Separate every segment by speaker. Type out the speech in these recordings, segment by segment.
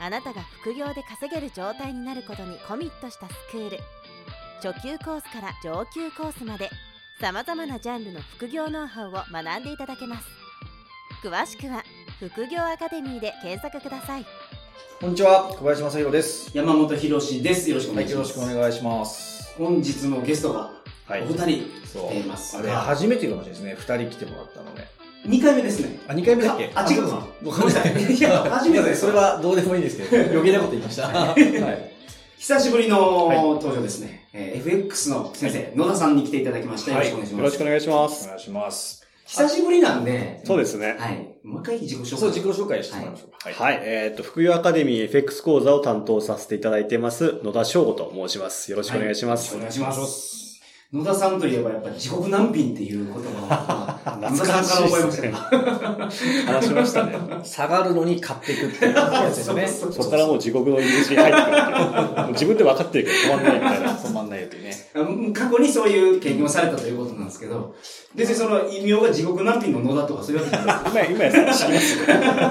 Speaker 1: あなたが副業で稼げる状態になることにコミットしたスクール初級コースから上級コースまでさまざまなジャンルの副業ノウハウを学んでいただけます詳しくは「副業アカデミー」で検索ください
Speaker 2: こんにちは、小林正宏です。
Speaker 3: 山本博史です。よろしくお
Speaker 2: は
Speaker 3: 願い
Speaker 2: い、
Speaker 3: し
Speaker 2: よろ
Speaker 3: ま
Speaker 2: し
Speaker 3: す。
Speaker 2: くお願いします。
Speaker 3: 本日のゲストが
Speaker 2: は
Speaker 3: お二人、
Speaker 2: そう。
Speaker 3: 来ています
Speaker 2: あれ、初めてかもしれないですね。二人来てもらったのね。
Speaker 3: 二回目ですね。
Speaker 2: あ、二回目だっけ
Speaker 3: あ違う
Speaker 2: そうそう
Speaker 3: ごめんなさ い。いや、初めてです。
Speaker 4: それはどうでもいいんですけど、余計なこと言いました。
Speaker 2: はい。
Speaker 3: 久しぶりの
Speaker 2: はい
Speaker 3: 登場ですね。えー FX の先生、野田さんに来ていただきました。よろしくお願いし
Speaker 5: よ
Speaker 3: ま
Speaker 5: ろし
Speaker 3: す。
Speaker 5: くお願いしま
Speaker 2: お
Speaker 5: す。
Speaker 2: 願いします。
Speaker 3: 久しぶりなんで、
Speaker 5: そうですね。
Speaker 3: はい。もう一回自己紹介。
Speaker 4: そう、自己紹介してもらいましょうか。
Speaker 5: はい。えっ、と、福洋アカデミー FX 講座を担当させていただいてます、野田翔吾と申します。よろしくお願いします。
Speaker 3: お願いします。野田さんといえばやっぱ地獄難品っていう言葉を、野田さんから覚えましたね。
Speaker 5: 話しましたね。
Speaker 4: 下がるのに買っていくっていうやつですね。
Speaker 3: そう
Speaker 5: そしたらもう地獄の入り口に入ってくるっていうもう自分で分かってるけど止まんないみたいな。
Speaker 4: 止まんないよというね。
Speaker 3: うん過去にそういう経験をされたということなんですけど、別にその異名が地獄難品の野田とかそういうわけじゃないです
Speaker 5: 今や、今やさ、知ります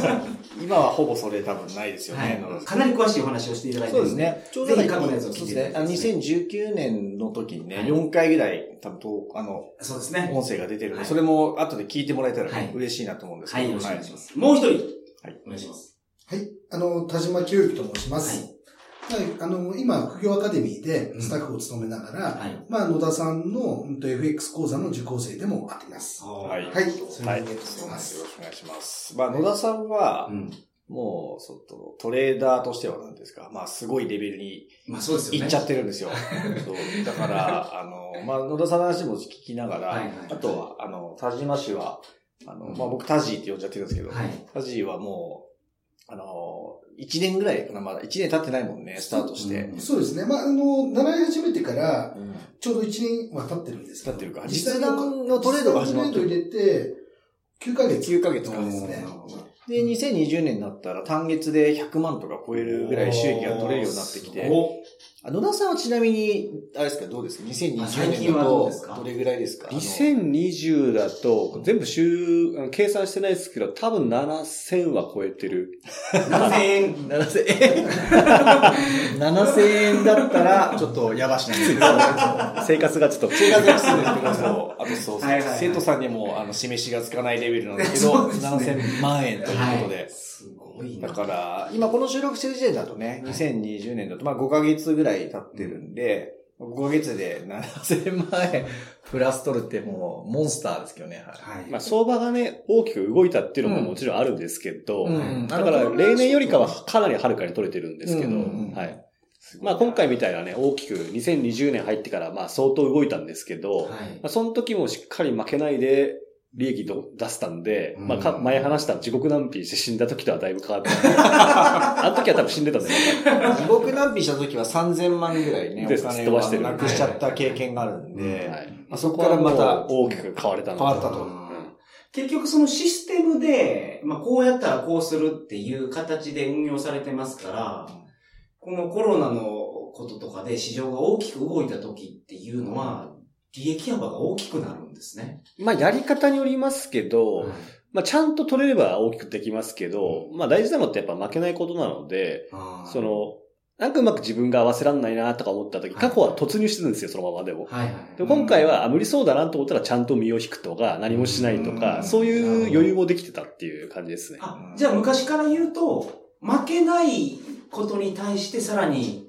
Speaker 2: 今はほぼそれ多分ないですよね。野
Speaker 3: はい、
Speaker 2: 田さ
Speaker 3: かなり詳しいお話をしていただいて
Speaker 4: そうですね。ちょうど
Speaker 3: ぜひ過去のやつを聞いていただいて
Speaker 4: そうですね。あの2019年の時に
Speaker 3: は
Speaker 4: ね、
Speaker 3: い
Speaker 4: 4回ぐらい、多分と、あの、
Speaker 3: そうですね
Speaker 4: 音声が出てるん
Speaker 3: は
Speaker 4: で、
Speaker 3: い
Speaker 4: それも後で聞いてもらえたら
Speaker 3: はい
Speaker 4: ね嬉しいなと思うんです
Speaker 3: は
Speaker 4: け
Speaker 3: い
Speaker 4: ど。
Speaker 3: よろしくお願いしますもう一人、
Speaker 4: はい
Speaker 3: お願いします
Speaker 6: はい。あの、田島清之と申します。はい。あの、今、副業アカデミーでスタッフを務めながら、
Speaker 3: はい、はい
Speaker 6: まあ、野田さんのうんと FX 講座の受講生でもあります。
Speaker 3: はい
Speaker 6: はい。そ
Speaker 5: は
Speaker 6: れ
Speaker 5: い
Speaker 6: でございま
Speaker 4: はい
Speaker 6: す
Speaker 4: よ。ろしくお願いします。まあ、野田さんは
Speaker 3: う、ん
Speaker 4: もう、そっと、トレーダーとしては何ですか、まあ、すごいレベルに
Speaker 3: まあそうですよね
Speaker 4: 行っちゃってるん ですよ。そうだから、あの、まあ、野田さんの話も聞きながら、
Speaker 3: はいはいはい
Speaker 4: あとは、あの、田島氏は、あの、
Speaker 3: うん
Speaker 4: まあ、僕、タジーって呼んじゃってるんですけど、
Speaker 3: はい
Speaker 4: タジーはもう、あの、1年ぐらいかな、まだ1年経ってないもんね、スタートして。
Speaker 6: そうですね。まあ、あの、習い始めてから、
Speaker 4: うん。
Speaker 6: ちょうど1年は経ってるんです
Speaker 4: 経
Speaker 6: け
Speaker 4: っ
Speaker 6: ど
Speaker 4: てるか。実
Speaker 6: 実際の
Speaker 4: 弾のトレードが始まって
Speaker 6: 実際のトレ
Speaker 4: る。
Speaker 6: ード入れて、9ヶ月。
Speaker 4: 9ヶ月
Speaker 6: そ
Speaker 4: か
Speaker 6: う
Speaker 4: ら
Speaker 6: で
Speaker 4: ですす
Speaker 6: ね
Speaker 4: ね。
Speaker 3: は
Speaker 4: で、2020年になったら単月で100万とか超えるぐらい収益が取れるようになってきて、
Speaker 3: お
Speaker 4: あ野田さんはちなみに、あれですか、どうですか ?2020
Speaker 3: 最近
Speaker 4: 年
Speaker 3: は
Speaker 4: だ
Speaker 3: どう
Speaker 4: と
Speaker 3: ですか、
Speaker 4: どれぐらいですかあの
Speaker 5: 2020だと、全部週、あの計算してないですけど、多分7000は超えてる。
Speaker 3: 7000円
Speaker 4: 7000円。7000円 だったら、ちょっとやばしなんですけど、
Speaker 5: 生活がちょっと。
Speaker 4: 生活がきついんですけど、そうあとそう、
Speaker 3: はいはいはい
Speaker 4: 生徒さんにも、あの、示しがつかないレベルなんですけ
Speaker 3: そ
Speaker 4: ど、
Speaker 3: うですね
Speaker 4: 7000万円ということ
Speaker 3: は
Speaker 4: で。
Speaker 3: すごいな
Speaker 4: だから、今この収録してる時点だとね、2020年だと、まあ5ヶ月ぐらい経ってるんで、5ヶ月で7000万円プラス取るってもう、モンスターですけどね、はい。
Speaker 3: はい、
Speaker 5: まあ、相場がね、大きく動いたっていうのももちろんあるんですけど、
Speaker 4: うん
Speaker 5: だから、例年よりかは、かなりはるかに取れてるんですけど、
Speaker 4: うんうんうん
Speaker 5: はい。まあ、今回みたいなね、大きく2020年入ってから、まあ、相当動いたんですけど、ま
Speaker 3: はい
Speaker 5: あ、その時もしっかり負けないで、利益ど出せたんで、まあか、
Speaker 3: うん
Speaker 5: 前話した地獄難品して死んだ時とはだいぶ変わった。 あの時は多分死んでたんですよ。
Speaker 4: 地獄難品した時は3000万ぐらいね、
Speaker 5: で
Speaker 4: お金
Speaker 5: すっ飛
Speaker 4: を
Speaker 5: ばしてる
Speaker 4: なくしちゃった経験があるんで、
Speaker 5: はい
Speaker 4: まあそこからまた
Speaker 5: 大きく変われたの
Speaker 4: 変わったと。
Speaker 3: うん結局そのシステムで、まあこうやったらこうするっていう形で運用されてますから、このコロナのこととかで市場が大きく動いた時っていうのは、利益幅が大きくなるんですね。
Speaker 5: まあ、やり方によりますけど、まあ、ちゃんと取れれば大きくできますけど、まあ、大事なのってやっぱ負けないことなので、
Speaker 3: あー
Speaker 5: そ、の、なんかうまく自分が合わせらんないなとか思った時、過去は突入してるんですよ、そのままでも。
Speaker 3: はいはい。
Speaker 5: で今回は、あ無理そうだなと思ったらちゃんと身を引くとか、何もしないと
Speaker 4: う
Speaker 5: か、
Speaker 4: ん
Speaker 5: そういう余裕もできてたっていう感じですね。
Speaker 3: あ、じゃあ昔から言うと、負けないことに対してさらに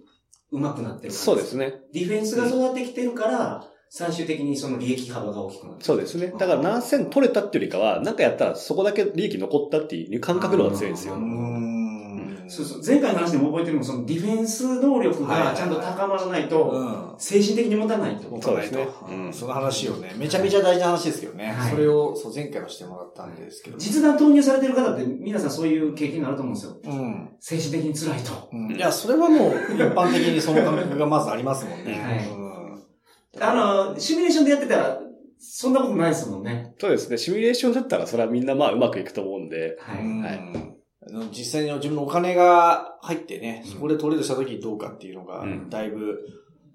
Speaker 3: 上手くなってる感じ
Speaker 5: そうですね。
Speaker 3: ディフェンスが育ってきてるから、最終的にその利益幅が大きくなってる
Speaker 5: そうですね。だから何千取れたっていうよりかは、なんかやったらそこだけ利益残ったっていう感覚の方が強いんですよ
Speaker 3: う。ん
Speaker 4: ん
Speaker 3: そうそう。前回の話でも覚えてるのも、そのディフェンス能力がちゃんと高まらないと、
Speaker 4: ん。
Speaker 3: 精神的に持たないと。
Speaker 5: そうですねうん
Speaker 4: その話をね、めちゃめちゃ大事な話ですけどね。
Speaker 3: はい
Speaker 4: それを、そう、前回はしてもらったんですけど。
Speaker 3: 実弾投入されてる方って皆さんそういう経験があると思うんですよ。
Speaker 4: うん。
Speaker 3: 精神的に辛いと。
Speaker 4: うんいや、それはもう、一般的にその感覚がまずありますもんね。
Speaker 3: はい
Speaker 4: うん
Speaker 3: あの、シミュレーションでやってたら、そんなことないですもんね。
Speaker 5: そうですね。シミュレーションだったら、それはみんなまあうまくいくと思うんで。
Speaker 3: は
Speaker 4: う
Speaker 3: い。
Speaker 4: ん
Speaker 5: はい
Speaker 4: あの実際に自分のお金が入ってね、
Speaker 3: うん
Speaker 4: そこでトレードした時にどうかっていうのが
Speaker 5: う、ん
Speaker 4: だいぶ、だか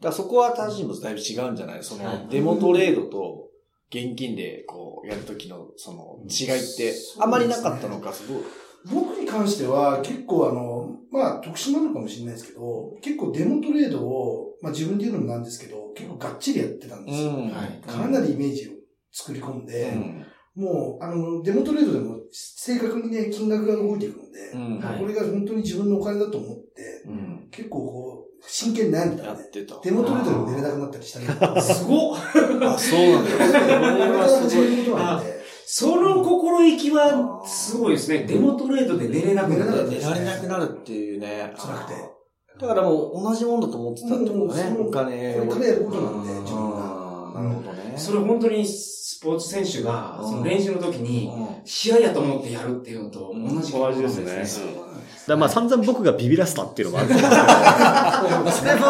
Speaker 4: らそこは他人物だいぶ違うんじゃないそ
Speaker 3: はい
Speaker 4: の、デモトレードと、現金で、こう、やる時の、その、違いって、
Speaker 6: うん
Speaker 4: あまりなかったのか、すごい。
Speaker 6: 僕に関しては結構あの、まあ特殊なのかもしれないですけど、結構デモトレードを、まあ自分で言うのもなんですけど、結構がっちりやってたんですよ。
Speaker 3: はい
Speaker 6: かなりイメージを作り込ん
Speaker 4: う
Speaker 6: で、
Speaker 4: ん。
Speaker 6: もう、あの、デモトレードでも正確にね、金額が動いていくので、
Speaker 4: うん
Speaker 3: はい
Speaker 6: これが本当に自分のお金だと思って、
Speaker 4: うん。
Speaker 6: 結構こう、真剣に悩んでた
Speaker 4: や
Speaker 6: ね
Speaker 4: っ。てた。
Speaker 6: デモトレードでも寝れなくなったりしたけ ど、
Speaker 3: すごっ
Speaker 4: あ、そうなんだよ。
Speaker 6: これから始めることなんで、
Speaker 3: その心意気は、すごいですね。デモトレードで寝れなくなる。
Speaker 4: 寝られなくなるっていうね。
Speaker 6: 辛くて
Speaker 4: だからもう同じもんだと思ってたってことね。
Speaker 6: うん
Speaker 4: お金
Speaker 6: こ
Speaker 4: を。
Speaker 6: れからやることなんで、
Speaker 3: うん
Speaker 6: 自分が。
Speaker 4: あーなるほどね。
Speaker 3: それ本当にスポーツ選手が、その練習の時に、
Speaker 4: うん
Speaker 3: 試合やと思ってやるっていうのと同じ
Speaker 5: 同じで
Speaker 3: こ
Speaker 5: す
Speaker 3: となん
Speaker 5: ね。
Speaker 3: ね。
Speaker 5: うんだからまあ散々僕がビビらせたっていうのもあると思うんです
Speaker 4: それも効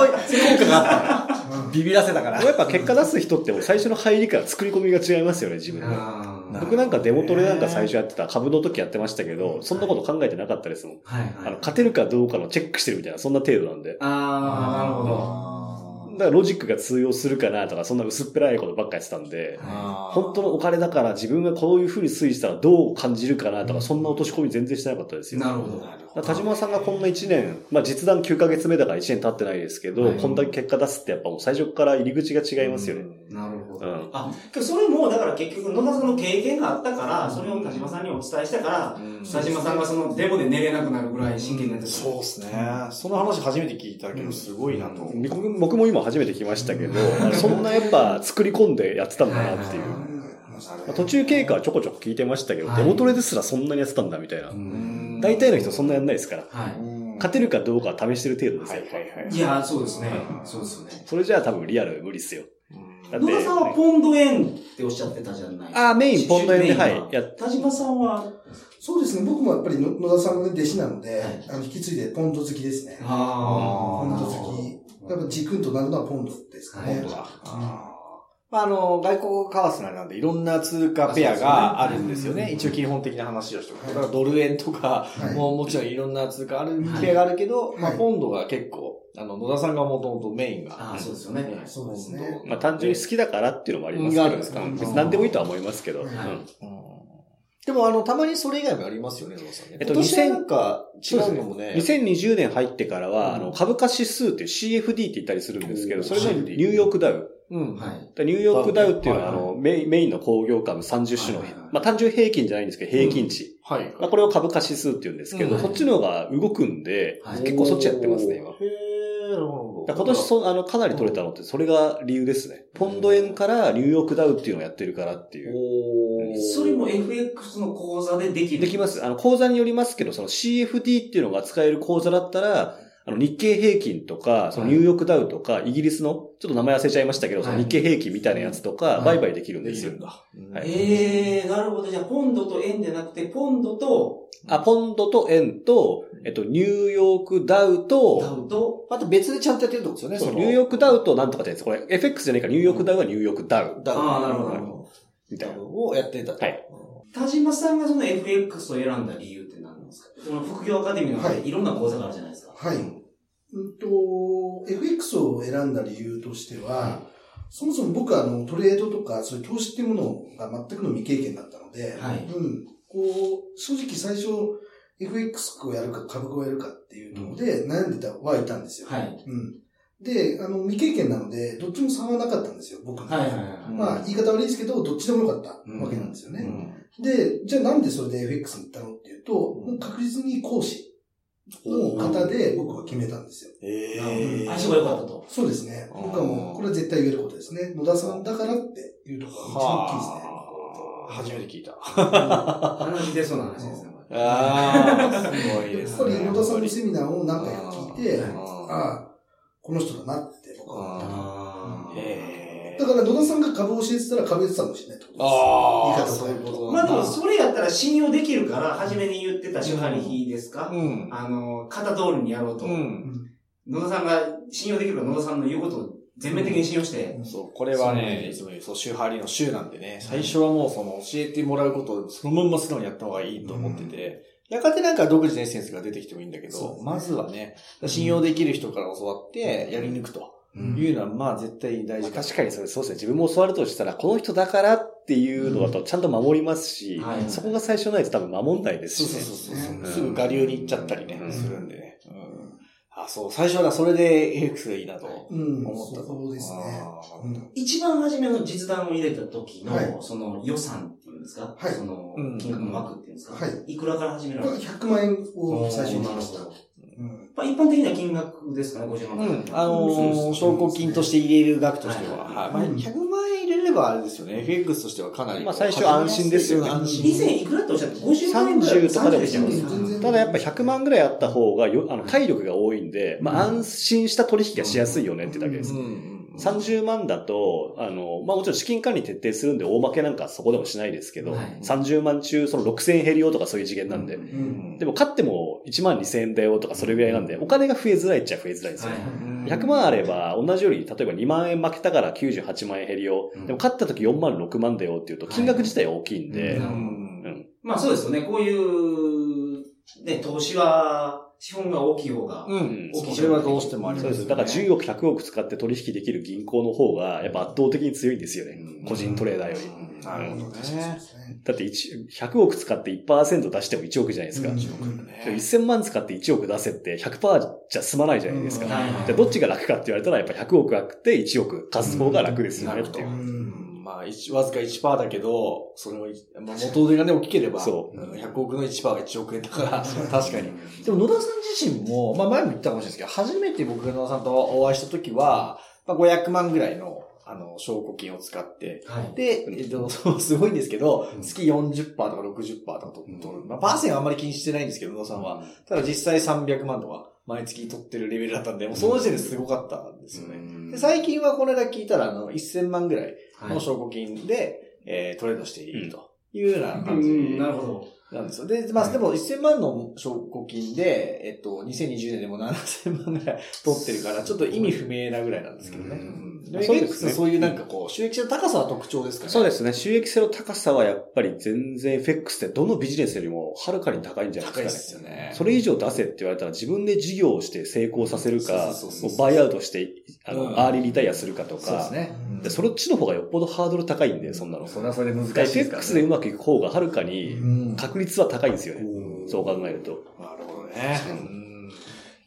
Speaker 4: 果があった。ビビらせたか
Speaker 5: けど、やっぱ結果出す人ってもう最初の入りから作り込みが違いますよね、自分の。
Speaker 3: あー
Speaker 5: 僕なんかデモトレなんか最初やってた、株の時やってましたけど、そんなこと考えてなかったですもん。
Speaker 3: はいはい。
Speaker 5: あの、勝てるかどうかのチェックしてるみたいな、そんな程度なんで。
Speaker 3: あー、なるほど。
Speaker 5: だからロジックが通用するかなとか、そんな薄っぺらいことばっかりやってたんで、本当のお金だから自分がこういう風に推移したらどう感じるかなとか、そんな落とし込み全然してなかったですよ。
Speaker 3: なるほど。
Speaker 5: だから田島さんがこんな1年、まあ実弾9ヶ月目だから1年経ってないですけど、
Speaker 3: はい
Speaker 5: こんだけ結果出すってやっぱもう最初から入り口が違いますよね。
Speaker 3: なるほ
Speaker 5: う
Speaker 3: ど。
Speaker 5: ん。
Speaker 3: あ、けどそれも、だから結局野田さんの経験があったから、それを田島さんにお伝えしたから、田島さんがそのデモで寝れなくなるぐらい真剣になってた。
Speaker 4: そうですね。その話初めて聞いたけど、すごいなと。
Speaker 5: 僕僕も今初めて来ましたけど、そんなやっぱ作り込んでやってたんだなっていう。
Speaker 3: はいはい
Speaker 5: ま
Speaker 3: はい
Speaker 5: あ途中経過はちょこちょこ聞いてましたけど、
Speaker 3: はい
Speaker 5: デモトレですらそんなにやってたんだみたいな。
Speaker 3: うん
Speaker 5: 大体の人そんなやんないですから。
Speaker 3: は
Speaker 5: 勝てるかどうかは試してる程度です
Speaker 4: は
Speaker 5: よ。
Speaker 4: いはいはい
Speaker 3: い。いやー、そうですね。そうですよね。
Speaker 5: それじゃあ多分リアル無理っすよ。だっ
Speaker 3: 野
Speaker 5: て
Speaker 3: 田さんはポンド円っておっしゃってたじゃない
Speaker 5: あーメインポンド円で
Speaker 3: メイ
Speaker 5: はいやっ
Speaker 3: 田島さんは、
Speaker 6: そうですね、僕もやっぱりの野田さんの弟子なので
Speaker 3: はい、
Speaker 6: あの引き継いでポンド好きですね。
Speaker 3: あ
Speaker 6: ポンド好き。やっぱ軸となるのはポンドですかね。
Speaker 4: まあ、あの、外国為替のあれなんで、いろんな通貨ペアがあるんですよね。一応基本的な話をしておくと。だからドル円とか、
Speaker 6: はい
Speaker 4: もうもちろんいろんな通貨ある、ペアがあるけど、
Speaker 6: い
Speaker 4: まあ、
Speaker 6: はい
Speaker 4: ポンドが結構、あの、野田さんがもともとメインが。
Speaker 3: ああ、そうですよね。
Speaker 6: そうですね
Speaker 4: ポンド
Speaker 5: まあ単純に好きだからっていうのもあります
Speaker 4: がある
Speaker 5: けど
Speaker 4: んですか、
Speaker 5: 別に何でもいいとは思いますけど。
Speaker 6: はい
Speaker 5: うん
Speaker 4: うんでも、あの、たまにそれ以外もありますよね、野田さんね。
Speaker 5: えっと
Speaker 4: 今年はなんか、違うのもね。
Speaker 5: 2020年入ってからは、あの、株価指数っていう CFD って言ったりするんですけど、それのニューヨークダウ。
Speaker 4: うん。
Speaker 3: はい。
Speaker 5: ニューヨークダウっていうのは、あ
Speaker 4: はいはい
Speaker 5: の、メインメインの工業株30種の
Speaker 3: はいはいはい、
Speaker 5: まあ単純平均じゃないんですけど、平均値。
Speaker 4: はい。
Speaker 5: まあこれを株価指数って言うんですけ
Speaker 4: う
Speaker 5: ど、
Speaker 4: ん
Speaker 5: そっちの方が動くんで
Speaker 3: はい、
Speaker 5: 結構そっちやってますね、今
Speaker 4: へ。ー、なるほど。
Speaker 5: だから今年そ、あの、かなり取れたのって、それが理由ですね。ポンド円からニューヨークダウっていうのをやってるからっていう。
Speaker 3: それも FX の講座でできる
Speaker 5: できます。あの、講座によりますけど、その CFD っていうのが使える講座だったら、あの、日経平均とか、そのニューヨークダウとか、イギリスの、ちょっと名前忘れちゃいましたけど、その日経平均みたいなやつとか、
Speaker 3: はい
Speaker 5: 売買できるん
Speaker 4: で
Speaker 5: で
Speaker 4: き
Speaker 5: すよ
Speaker 4: るん。だ。
Speaker 5: はい
Speaker 3: ええー、なるほど。じゃあ、ポンドと円じゃなくて、ポンドと
Speaker 5: あ、ポンドと円と、えっと、ニューヨークダウ
Speaker 3: ダ
Speaker 5: と、
Speaker 3: ウと、
Speaker 4: また別でちゃんとやってるってことです
Speaker 5: そ
Speaker 4: よ
Speaker 5: う
Speaker 4: ね、
Speaker 5: ニューヨ
Speaker 4: ー
Speaker 5: ークダウとなんとかってやつ、これ FX じゃないからニューヨークダウはニューヨークダウ
Speaker 4: クダウン。
Speaker 3: あーなるほどなるほ
Speaker 5: みた
Speaker 4: ダ
Speaker 5: いな
Speaker 4: ウ。ンをやってたと。
Speaker 5: はい
Speaker 3: 田島さんがその FX を選んだ理由って何なんですかその副業アカデミーの中
Speaker 6: は
Speaker 3: でいろんな講座があるじゃないですか。
Speaker 6: はい。うんと、FX を選んだ理由としては、そもそも僕はあのトレードとかそういう投資っていうものが全くの未経験だったので、
Speaker 3: はい
Speaker 6: うん、こう、正直最初 FX をやるか株をやるかっていうところで悩んでたはいたんですよ。
Speaker 3: はい。
Speaker 6: うん。で、あの、未経験なので、どっちも差はなかったんですよ、僕の。
Speaker 3: はいはいはい。
Speaker 6: まあ、言い方悪いですけど、どっちでもよかったわけなんですよね。で、じゃあなんでそれで FX に行ったのっていうと、もう確実に講師の方で僕は決めたんですよ。
Speaker 4: え
Speaker 3: 相性が良かったと。
Speaker 6: そうですね。
Speaker 4: うん
Speaker 6: 僕はもう、これは絶対言えることですね。野田さんだからっていうところが一番大きいですね。
Speaker 4: はあ、初めて聞いた。
Speaker 3: 話でそうな話ですね。こ
Speaker 2: ああ、すごい
Speaker 6: や
Speaker 2: で
Speaker 6: っ
Speaker 2: す
Speaker 6: ぱり
Speaker 2: ね。
Speaker 6: 野田さんのセミナーを何回か聞いて、あ
Speaker 2: あ
Speaker 6: あ、この人だなって僕は思った。
Speaker 3: あ
Speaker 2: ー
Speaker 3: ー
Speaker 2: へ
Speaker 6: だから野田さんが株を教えてたら株やってたかもしれないってことです。
Speaker 2: あ
Speaker 6: 言い
Speaker 2: あ、
Speaker 6: 方
Speaker 2: そういうこと
Speaker 3: ま
Speaker 2: な
Speaker 3: あ
Speaker 2: ん
Speaker 3: で
Speaker 2: だ
Speaker 3: も、それやったら信用できるから、初めに言ってた主張に非ですか、
Speaker 2: うん。
Speaker 3: あの、型通りにやろうと。
Speaker 2: うん。
Speaker 3: 野田さんが信用できるから野田さんの言うことを全面的に信用して、
Speaker 2: そう、これはね、いつも言う、そう、週張りの週なんでね、最初はもうその、教えてもらうことをそのまんま素直にやった方がいいと思ってて、やがてなんか独自のエッセンスが出てきてもいいんだけ
Speaker 6: そうで
Speaker 2: ど
Speaker 6: す、ね
Speaker 2: まずはね、信用できる人から教わって、やり抜くというのは、まあ絶対大
Speaker 5: ま
Speaker 2: 事か
Speaker 5: あ確かにそれそうですね。自分も教わるとしたら、この人だからっていうのだとちゃんと守りますし、
Speaker 3: はい
Speaker 5: そこが最初ないと多分守んないですし、
Speaker 2: そう
Speaker 5: ね。
Speaker 2: そうそうそう、
Speaker 6: うん
Speaker 2: すぐ我流に行っちゃったりね、
Speaker 5: うん
Speaker 2: するんでね。うん、あ、そう、最初はそれで AX がいいなと
Speaker 6: うん、
Speaker 2: 思った
Speaker 6: そ
Speaker 2: と。
Speaker 6: こですね。
Speaker 2: あー
Speaker 6: うん
Speaker 3: 一番初めの実弾を入れた時の、
Speaker 6: はい
Speaker 3: その予算っていうんですか、
Speaker 6: はい
Speaker 3: その
Speaker 2: うん
Speaker 3: 金額の枠っていうんですか、、
Speaker 6: はい
Speaker 3: くらから始められるん
Speaker 6: 僕は
Speaker 3: ですか
Speaker 6: 100万円を最初に言いました
Speaker 3: なる。ほど
Speaker 6: うん
Speaker 3: まあ、一般的な金額ですかね、50万
Speaker 2: う
Speaker 3: 円。
Speaker 2: ん。あの
Speaker 3: そ
Speaker 2: ー、
Speaker 3: う
Speaker 2: 証拠金として入れる額としては、
Speaker 3: は
Speaker 2: はいい
Speaker 6: は
Speaker 2: ま
Speaker 6: い
Speaker 2: あ、100万円入れればあれですよね。FX としてはかなり。
Speaker 5: まあ最初は安心ですよね
Speaker 2: 安
Speaker 3: 以
Speaker 2: 心。
Speaker 3: 前いくらっておっしゃって50万円ぐらい
Speaker 5: 30とかでもいけます
Speaker 6: 全然
Speaker 5: ただやっぱ100万ぐらいあった方がよ、あの、体力が多いんで、まあ安心した取引がしやすいよねってだけです。
Speaker 2: うんうん。
Speaker 5: 30万だと、あの、まあもちろん資金管理徹底するんで大負けなんかそこでもしないですけど、
Speaker 3: はい
Speaker 5: 30万中その6000円減るよとかそういう次元なんで、
Speaker 3: うん
Speaker 2: うん
Speaker 5: でも勝っても1万2000円だよとかそれぐらいなんで、お金が増えづらいっちゃ増えづらいですよ。
Speaker 3: はい
Speaker 2: うん
Speaker 5: 100万あれば、同じより、例えば2万円負けたから98万円減るよ。
Speaker 3: うん
Speaker 5: でも勝った時4万6万だよっていうと、金額自体大きいんで、
Speaker 3: は
Speaker 2: う
Speaker 3: い
Speaker 2: ん。
Speaker 3: まあそうですよね、こういう、ね、投資は、資本が大きい方が、
Speaker 2: うん。
Speaker 3: 大きい
Speaker 2: それはどうしてもあり
Speaker 5: そ
Speaker 2: ま
Speaker 5: うです
Speaker 2: す。
Speaker 5: だから10億、100億使って取引できる銀行の方が、やっぱ圧倒的に強いんですよね。個人トレーダーより。
Speaker 2: うんなるほどね。
Speaker 5: だって1 100億使って1%出しても1億じゃないですか。
Speaker 6: うん
Speaker 5: でも1000万使って1億出せって100%じゃ済まないじゃないですか。
Speaker 6: うん
Speaker 5: じ
Speaker 3: はいはいはい
Speaker 5: ゃあどっちが楽かって言われたら、やっぱ100億あって1億貸す方が楽ですよねっていうう。
Speaker 2: んまあ、一わずか1%だけど、それを、まあ、元腕がね、大きければ、
Speaker 5: そ
Speaker 2: うん100億の1%が1億円だから、確かに。
Speaker 4: でも野田さん自身も、まあ前も言ったかもしれないですけど、初めて僕が野田さんとお会いした時は、まあ500万ぐらいの、あの、証拠金を使って、
Speaker 3: はい。
Speaker 4: で、えっと、 そうすごいんですけど、
Speaker 2: うん
Speaker 4: 月40%とか60%とかと取る。まあ、パーセンはあんまり気にしてないんですけど、野田さんは。
Speaker 2: うん
Speaker 4: ただ実際300万とか、毎月取ってるレベルだったんで、もうその時点ですごかったんですよね。で最近はこの間聞いたら、あの、1000万ぐらい
Speaker 3: はい
Speaker 4: の証拠金で、えートレードしているというような
Speaker 3: う
Speaker 4: 感じ
Speaker 3: ん、なるほど。
Speaker 4: なんですよ。で、まあ、でも1000万の証拠金で、えっと、2020年でも7000万ぐらい取ってるから、ちょっと意味不明なぐらいなんですけどね。
Speaker 2: うん
Speaker 4: で
Speaker 5: そう
Speaker 4: FX
Speaker 5: で
Speaker 4: は
Speaker 5: すね
Speaker 4: そういうなんかこう、収益性の高さは特徴ですから
Speaker 5: そうですね。収益性の高さはやっぱり全然 FX ってどのビジネスよりもはるかに高いんじゃない
Speaker 4: 高い
Speaker 5: で
Speaker 4: ですす
Speaker 5: か
Speaker 4: よ
Speaker 5: ね。
Speaker 4: ね。
Speaker 5: それ以上出せって言われたら自分で事業をして成功させるか、
Speaker 4: そうそうそう
Speaker 5: も
Speaker 4: そう
Speaker 5: うバイアウトして、あ
Speaker 4: う
Speaker 5: の、
Speaker 4: ん
Speaker 5: アーリーリタイアするかと
Speaker 4: そうです
Speaker 5: か、
Speaker 4: ね。
Speaker 5: でそれっちの方がよっぽどハードル高いんで、そんなの。
Speaker 4: れはそれで難しい
Speaker 5: だから FX でうまくいく方がはるか
Speaker 4: う
Speaker 5: に
Speaker 4: ん。
Speaker 5: 確率は高いんですよね。
Speaker 2: うん
Speaker 5: そう考えると。
Speaker 2: なるほどね。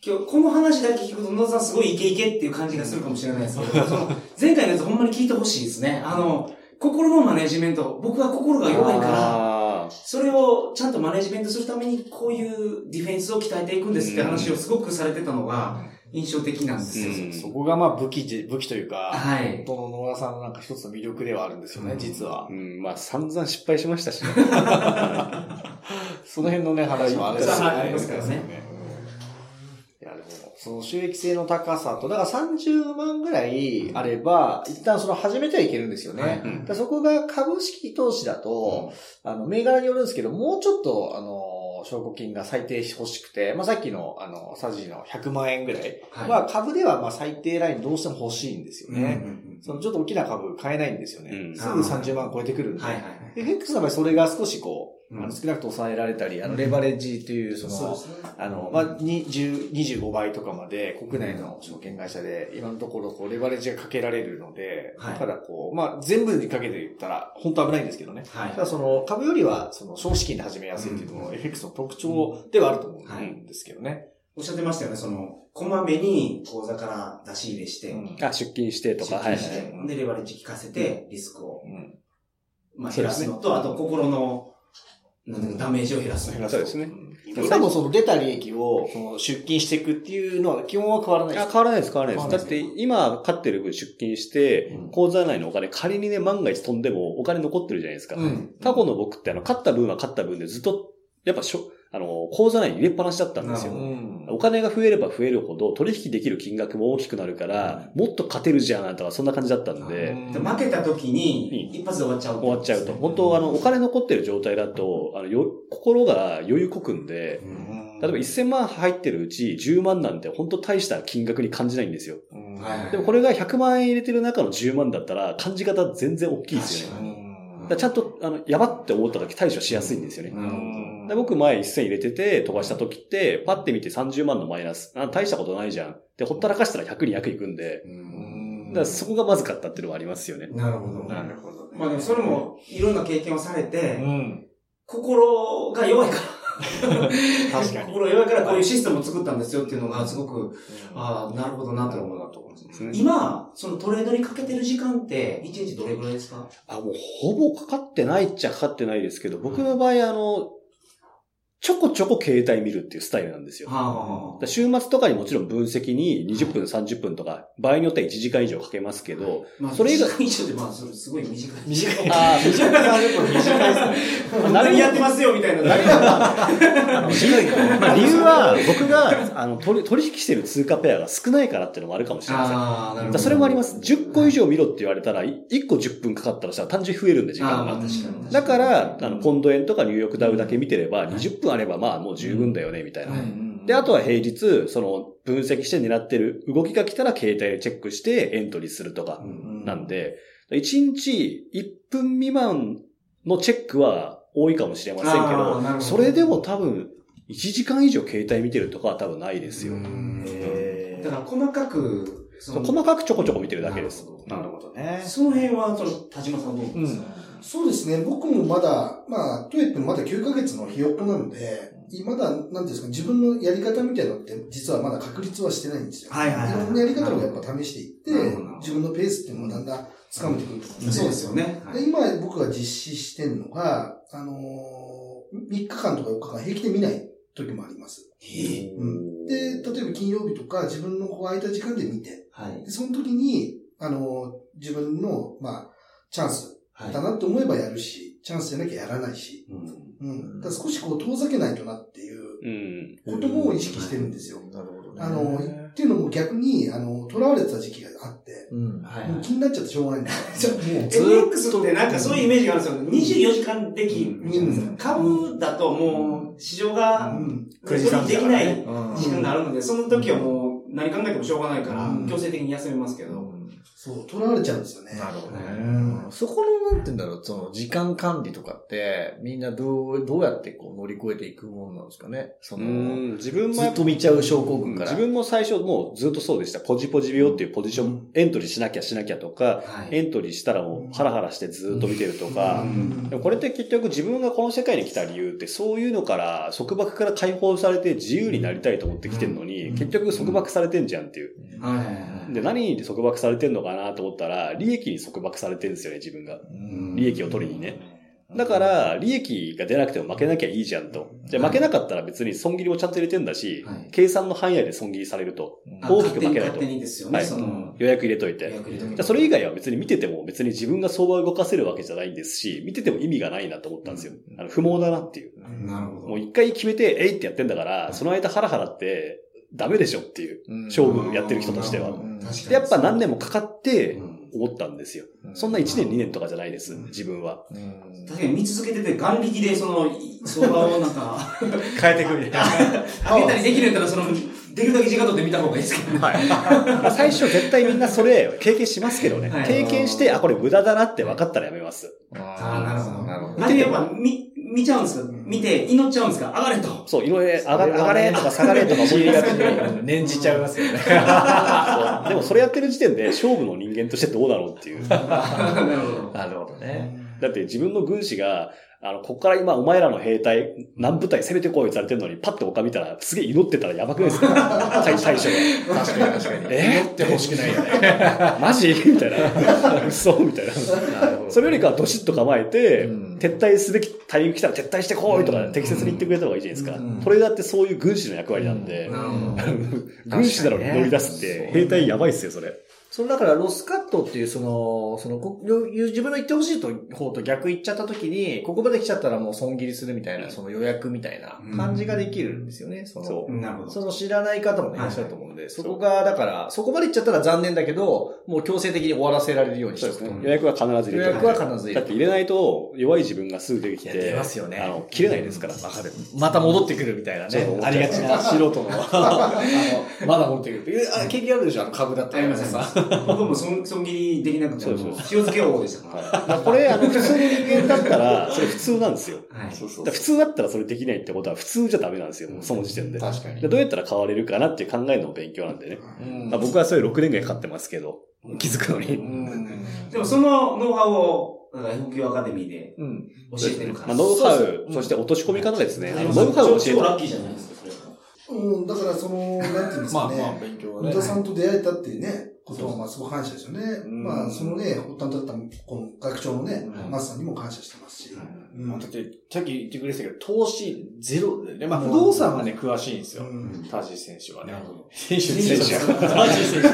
Speaker 3: 今日、この話だけ聞くと、野田さんすごいイケイケっていう感じがするかもしれないですけど、その前回のやつほんまに聞いてほしいですね。あの、心のマネジメント。僕は心が弱いから、
Speaker 5: あー
Speaker 3: それをちゃんとマネジメントするために、こういうディフェンスを鍛えていくんですって話をすごくされてたのが印象的なんですよ。
Speaker 5: うん
Speaker 2: そこがまあ武器じ、武器というか、
Speaker 3: はい
Speaker 2: 本当の野田さんのなんか一つの魅力ではあるんですよね、
Speaker 3: うん
Speaker 2: 実は
Speaker 5: う。ん、まあ散々失敗しました しね。
Speaker 2: その辺のね、話もあれ
Speaker 3: そうありますからね。
Speaker 2: いや、でも、
Speaker 4: その収益性の高さと、だから30万ぐらいあれば、一旦その始めてはいけるんですよね。
Speaker 3: はい
Speaker 4: だからそこが株式投資だと、あの、銘柄によるんですけど、もうちょっと、あの、証拠金が最低欲しくて、まあ、さっきの、あの、サジの100万円ぐらい
Speaker 3: はい。
Speaker 4: は、株ではまあ最低ラインどうしても欲しいんですよ
Speaker 3: うんうん
Speaker 4: ね。
Speaker 3: うん
Speaker 4: そのちょっと大きな株買えないんですよね。
Speaker 5: うん
Speaker 4: すぐ30万超えてくるんで。
Speaker 3: はいはいはい。
Speaker 4: FX の場合それが少しこう、
Speaker 3: うん
Speaker 4: あの少なくとも抑えられたり、あの、レバレッジという、その、
Speaker 3: そうですね。
Speaker 4: あの、まあ、20 25倍とかまで国内の証券会社で今のところこうレバレッジがかけられるので、
Speaker 3: はい
Speaker 4: だからこう、まあ、全部にかけて言ったら本当危ないんですけどね。
Speaker 3: はい。
Speaker 4: ただその株よりはその少資金で始めやすいっていうのも FX の特徴ではあると思うんですけどね。
Speaker 3: おっしゃってましたよね、その、こまめに口座から出し入れして、
Speaker 4: うん
Speaker 5: あ、出勤してとか、
Speaker 3: 出
Speaker 5: は
Speaker 3: 金
Speaker 5: いはい
Speaker 3: し。て、で、レバレッジ効かせて、リスクを、
Speaker 4: うん
Speaker 3: まあ、
Speaker 5: そ
Speaker 3: 減
Speaker 5: うで
Speaker 3: ら
Speaker 5: す
Speaker 3: す
Speaker 5: ね
Speaker 3: のと、あと心の、なんていうのダメージを減らす。
Speaker 5: そうですね。
Speaker 4: うん今もその出た利益をその出金していくっていうのは基本は変わらない
Speaker 5: あ
Speaker 4: です。
Speaker 5: 変わらないです、変わらないです。だっ
Speaker 4: 変
Speaker 5: て、今、勝ってる分出勤して
Speaker 4: うん、
Speaker 5: 口座内のお金、仮にね、万が一飛んでも、お金残ってるじゃないですか。
Speaker 4: うん
Speaker 5: 過去の僕って、あの、勝った分は勝った分でずっとやっぱしょ、あの、口座内に入れっぱなしだったんですよ
Speaker 3: なるほど。
Speaker 5: お金が増えれば増えるほど取引できる金額も大きくなるから、もっと勝てるじゃんとか、そんな感じだったんで、
Speaker 3: で負けた時に、一発で終わっちゃう。
Speaker 5: 終わっちゃうと。本当、あの、お金残ってる状態だと、あの、よ、心が余裕こくんで、
Speaker 3: うん
Speaker 5: 例えば1000万入ってるうち10万なんて本当大した金額に感じないんですよ。
Speaker 3: はい
Speaker 5: でもこれが100万円入れてる中の10万だったら感じ方全然大きいですよね。
Speaker 3: 確
Speaker 5: だからちゃんと、あの、やばって思った時対処しやすいんですよね。
Speaker 3: なるほ
Speaker 5: で僕前1000入れてて、飛ばした時って、パッて見て30万のマイナス。あ大したことないじゃん。で、ほったらかしたら100、200いくんで、だからそこがまずかったっていうのはありますよね。
Speaker 3: なるほど。
Speaker 2: なるほどね。
Speaker 3: まあでもそれもいろんな経験をされて、
Speaker 2: うん。
Speaker 3: 心が弱いか
Speaker 2: 確
Speaker 3: ら、
Speaker 2: かに。
Speaker 3: 心が弱いからこういうシステムを作ったんですよっていうのがすごく、ああ、なるほどなと思うなと思うんですね。今、そのトレードにかけてる時間って、1日どれぐらいですか
Speaker 5: あ、もうほぼかかってないっちゃかかってないですけど、僕の場合、あの、ちょこちょこ携帯見るっていうスタイルなんですよ。だか
Speaker 3: は
Speaker 5: ら週末とかにもちろん分析に20分、30分とか、場合によっては1時間以上かけますけど、
Speaker 3: あ、まあ、
Speaker 5: そ
Speaker 3: そ
Speaker 5: れ
Speaker 3: れ
Speaker 5: 以
Speaker 3: 以
Speaker 5: 外
Speaker 3: 外以上で、まあ、それすごい短い。
Speaker 2: 短い。
Speaker 5: ああ、
Speaker 2: 短い。30分短いですね。
Speaker 3: 何やってますよみたいな。
Speaker 5: まあ理由は、僕が、あの、取り取引してる通貨ペアが少ないからっていうのもあるかもしれません。だか
Speaker 3: ああ、なるほ
Speaker 5: ら
Speaker 3: ど。
Speaker 5: それもあります。10個以上見ろって言われたら、い1個10分かかったらさ、単純に増えるんで、時
Speaker 3: ああ、
Speaker 5: 間
Speaker 3: まあ
Speaker 5: が。
Speaker 3: 確かに。
Speaker 5: だから、あの、ポンド円とかニューヨークダウだけ見てれば、20分あればまあもう十分だよね、みたいな。で、あとは平日、その、分析して狙ってる動きが来たら携帯でチェックしてエントリーするとか、なんで、1日1分未満のチェックは多いかもしれませんけ
Speaker 3: あーなるほ
Speaker 5: ど、
Speaker 3: ど
Speaker 5: それでも多分、1時間以上携帯見てるとかは多分ないですよ。
Speaker 3: だから細かく、その
Speaker 5: 細かくちょこちょこ見てるだけです。
Speaker 2: なるほどね。
Speaker 3: その辺は、その、田島さんどう思いますか
Speaker 6: そうですね。僕もまだ、まあ、トゥエップまだ9ヶ月のひよっこなので、まだ、なんていうんですか、自分のやり方みたいなのって、実はまだ確立はしてないんですよ。
Speaker 3: はいはいはい
Speaker 6: ろんなやり方をやっぱ試して
Speaker 3: ないる
Speaker 6: っ
Speaker 3: ほ
Speaker 6: て
Speaker 3: どなるほど、
Speaker 6: 自分のペースっていうのをだんだん掴めてくると思ん
Speaker 3: そうですよね。
Speaker 6: で今僕が実施してるのが、あのー、3日間とか4日間平気で見ない時もあります。うん、で、例えば金曜日とか自分のこう空いた時間で見て、
Speaker 3: はい。
Speaker 6: でその時に、あのー、自分の、まあ、チャンス
Speaker 3: はい
Speaker 6: だなって思えばやるし、チャンスじゃなきゃやらないし、
Speaker 3: うん
Speaker 6: うん、だから少しこう遠ざけないとなっていう
Speaker 5: うん。
Speaker 6: ことも意識してるんですよ。
Speaker 4: なるほどね
Speaker 6: あのー、っていうのも逆に、あのー、囚われてた時期があって、
Speaker 4: うん。
Speaker 3: はい
Speaker 6: もう気になっちゃってしょうがないんですよ。もう
Speaker 3: FX ってなんかそういうイメージがあるんですよ。24時間できるじゃないですか。株だと もう市場が
Speaker 6: うん
Speaker 3: 処理できない
Speaker 4: うん
Speaker 3: 時間があるので、その時はもう何考えてもしょうがないから
Speaker 6: う、ん
Speaker 3: 強制的に休めますけど。
Speaker 6: そう、囚われちゃうんですよね。
Speaker 4: なるほどね。そこの、なんて言うんだろう、その、時間管理とかって、みんなどう、どうやってこう乗り越えていくものなんですかね。その、
Speaker 5: 自分も
Speaker 4: ず
Speaker 5: や
Speaker 4: っ
Speaker 5: っ
Speaker 4: と見ちゃう症候群から。
Speaker 5: 自分も最初もうずっとそうでした。ポジポジ病っていうポジション、エントリーしなきゃしなきゃとか、
Speaker 3: はい
Speaker 5: エントリーしたらもうハラハラしてずっと見てるとか
Speaker 3: う、ん
Speaker 5: でもこれって結局自分がこの世界に来た理由ってそういうのから束縛から解放されて自由になりたいと思ってきてるのに、
Speaker 4: うん
Speaker 5: 結局束縛されてんじゃんっていう。
Speaker 3: はいはいはい
Speaker 5: で、何に束縛されてんのかなと思ったら、利益に束縛されてるんですよね、自分が。
Speaker 4: うん
Speaker 5: 利益を取りにね。だから、利益が出なくても負けなきゃいいじゃんと。じゃあ負けなかったら別に損切りもちゃんと入れてんだし、
Speaker 3: はい
Speaker 5: 計算の範囲内で損切りされると。
Speaker 4: うん
Speaker 3: あ
Speaker 5: 大きく
Speaker 3: 勝手
Speaker 5: 負
Speaker 3: に
Speaker 5: けないと
Speaker 3: 勝手にですよ
Speaker 5: は
Speaker 3: ね、
Speaker 5: い
Speaker 3: その。
Speaker 5: 予約入れといて。
Speaker 3: 予約入れとく
Speaker 5: じゃあそれ以外は別に見てても別に自分が相場を動かせるわけじゃないんですし、見てても意味がないなと思ったんですよ。あの不毛だなっていう。
Speaker 3: なるほ
Speaker 5: もう一回決めて、えいってやってんだから、その間ハラハラってダメでしょっていう。
Speaker 4: うん
Speaker 5: 勝負やってる人としては
Speaker 3: うん確かに
Speaker 5: で、やっぱ何年もかかって
Speaker 3: うん
Speaker 5: 思ったんですよ。そんな1年2年とかじゃないです、自分は。
Speaker 4: うん
Speaker 3: 確かに見続けてて、眼力でその、相場をなんか、
Speaker 2: 変えてく みたいな。
Speaker 3: 上げたりできるんだったら、その、できるだけ時間取って見た方がいいですけどね。
Speaker 5: はい。最初絶対みんなそれ経験しますけどね
Speaker 3: はい。
Speaker 5: 経験して、あ、これ無駄だなって分かったらやめます。
Speaker 3: ああ、なるほど。
Speaker 4: なるほ
Speaker 3: あれやっぱ、み、見ちゃうんですか見て、祈っちゃうんですか上がれと。
Speaker 5: そう、いろいろ上が上がれとか下がれとか思いがちで。
Speaker 4: ど。 念じちゃいます よね。
Speaker 5: そうでもそれやってる時点で勝負の人間としてどうだろうっていう。だ
Speaker 3: なるほど。
Speaker 4: なるほどね。
Speaker 5: って自分の軍師が、あの、こっから今お前らの兵隊、何部隊攻めてこいってされてるのに、パッて丘見たら、すげえ祈ってたらやばくないです か最最初が。
Speaker 4: 確かに確かに。
Speaker 5: え
Speaker 4: ってほしくないよね。
Speaker 5: マジみたいな。嘘みたいな。
Speaker 4: なるほど
Speaker 5: それよりかはどしっと構えて、
Speaker 4: うん
Speaker 5: 撤退すべきタイミング来たら撤退してこいとか
Speaker 4: うん
Speaker 5: 適切に言ってくれた方がいいじゃないです
Speaker 4: う
Speaker 5: か。
Speaker 4: ん
Speaker 5: トレーダーってそういう軍師の役割なんで、
Speaker 4: うん
Speaker 3: うん
Speaker 4: うん
Speaker 5: 軍師なのに乗り出す
Speaker 4: 確か
Speaker 5: っ
Speaker 4: に
Speaker 5: て
Speaker 4: ね
Speaker 5: 兵隊やばいっすよ、それ。
Speaker 4: そのだから、ロスカットっていう、その、その、こ自分の言ってほしいと方と逆言っちゃった時に、ここまで来ちゃったらもう損切りするみたいな、その予約みたいな感じができるんですよね、その。
Speaker 5: そう
Speaker 3: なるほど。
Speaker 4: その知らない方もね、い
Speaker 3: はい
Speaker 4: らっしゃると思うんで、そこが、だから、そこまで行っちゃったら残念だけど、もう強制的に終わらせられるようにし
Speaker 5: そう
Speaker 4: て
Speaker 5: で
Speaker 4: お
Speaker 5: す
Speaker 4: くと。
Speaker 5: ね。予約は必ず入れて
Speaker 4: 予約は必ず入れて
Speaker 5: だって入れないと弱い自分がすぐ出てき
Speaker 4: いや
Speaker 5: て、
Speaker 4: 出ますよね
Speaker 5: あの、切れないですから。
Speaker 4: わかる。また戻ってくるみたいな
Speaker 5: そう
Speaker 4: ね。ありがちな素人 の。あのまだ戻ってくるっていう。あ経験あるでしょあの株だった
Speaker 3: あ
Speaker 4: り
Speaker 3: り
Speaker 4: と
Speaker 3: ま
Speaker 4: か
Speaker 3: せん。
Speaker 4: さ。
Speaker 3: 僕も損損切りできなくて、
Speaker 5: そ
Speaker 3: 塩
Speaker 5: うそう
Speaker 3: 漬け王でしたから。
Speaker 5: まあこれ、あの、普通の人間だったら、それ普通なんですよ。
Speaker 3: はい。
Speaker 2: そうそ
Speaker 5: だ
Speaker 2: う
Speaker 5: から普通だったらそれできないってことは普通じゃダメなんですよ、その時点で。
Speaker 2: 確かに
Speaker 5: でどうやったら変われるかなっていう考えの勉強なんでね。
Speaker 4: うん
Speaker 5: まあ、僕はそれ6年ぐらいかかってますけど、気づくのに。
Speaker 4: うん
Speaker 3: でもそのノウハウを、だから、副業アカデミーで
Speaker 4: うん。
Speaker 3: 教えてるから。
Speaker 5: まあ、ノウハ
Speaker 4: そうそうう
Speaker 5: ウ、
Speaker 4: ん
Speaker 5: そして落とし込み方ですね。あの
Speaker 3: そ
Speaker 5: ノ
Speaker 3: う
Speaker 5: ウハウを教え
Speaker 3: 超
Speaker 5: て。
Speaker 3: ラッキーじゃないですか、それは。
Speaker 6: うん、だからその、なんていうんです
Speaker 2: ま
Speaker 6: か
Speaker 2: あまあ、
Speaker 6: ね。
Speaker 2: 勉強は
Speaker 6: 宇
Speaker 2: ね。
Speaker 6: 田さんと出会えたっていうね、ことはまあすごい感謝ですよね。
Speaker 4: ん
Speaker 6: まあそのね、発端だったこの学長のね
Speaker 4: う、ん
Speaker 6: マスさんにも感謝してますし。うん
Speaker 2: まあだって、さっき言ってくれてたけど、投資ゼロでね、まあ不動産はね、詳しいんですよ。
Speaker 6: うん
Speaker 2: タージー選手はね。
Speaker 4: 選手
Speaker 2: 選手
Speaker 4: 選手。 タジ選手。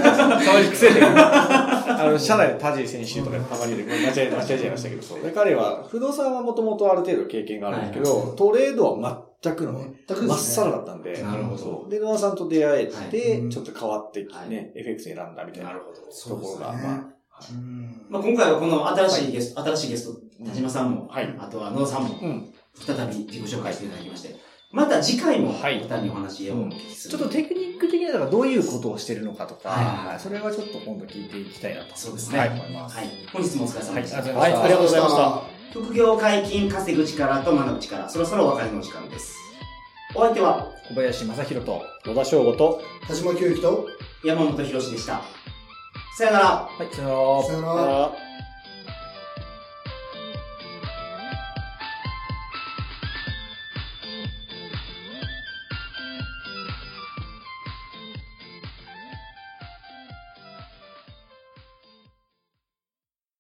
Speaker 2: あの、社内でタジー選手とかたまにで間違え、間違えちゃいましたけど、そう。で、彼は、不動産はもともとある程度経験があるんですけど、トレードは全くのね、
Speaker 6: 全く
Speaker 2: 真っさら
Speaker 6: だ。
Speaker 2: だったんで、
Speaker 3: なるほど
Speaker 2: そうで、野田さんと出会え
Speaker 6: は
Speaker 2: て、
Speaker 6: い
Speaker 2: ちょっと変わってね、
Speaker 3: はい
Speaker 2: FX 選んだみたいな
Speaker 3: なる
Speaker 2: と
Speaker 3: ほど。
Speaker 6: そうで
Speaker 2: ころ
Speaker 6: すね
Speaker 2: が、ま
Speaker 6: うん
Speaker 3: まあ、今回はこの新しいゲスト、新しいゲスト、田島さんも、
Speaker 2: はい
Speaker 3: あとは野田さんも、
Speaker 2: あ、うん。
Speaker 3: 再び自己紹介していただきまして、また次回も、
Speaker 2: はい
Speaker 3: お二人にお話をお聞きす
Speaker 4: ちょ
Speaker 3: る。
Speaker 4: っとテクニック的にはだからどういうことをしてるのかとか、
Speaker 3: はい
Speaker 4: はいそれはちょっと今度聞いていきたいなと。
Speaker 3: そうですね
Speaker 4: はい、思います。
Speaker 3: はい。本日もお疲れ様でした。
Speaker 4: はい
Speaker 5: はい、ありがとうございました。
Speaker 3: 副業解禁、稼ぐ力と学ぶ力、そろそろお別れのお時間です。お相手は、
Speaker 4: 小林正宏と、
Speaker 5: 野田翔吾と、
Speaker 6: 田島教育と、
Speaker 3: 山本博史でした。さよなら。
Speaker 4: はい、さよなら
Speaker 6: さよ
Speaker 5: さ
Speaker 6: な
Speaker 5: よ。
Speaker 6: ら
Speaker 5: なら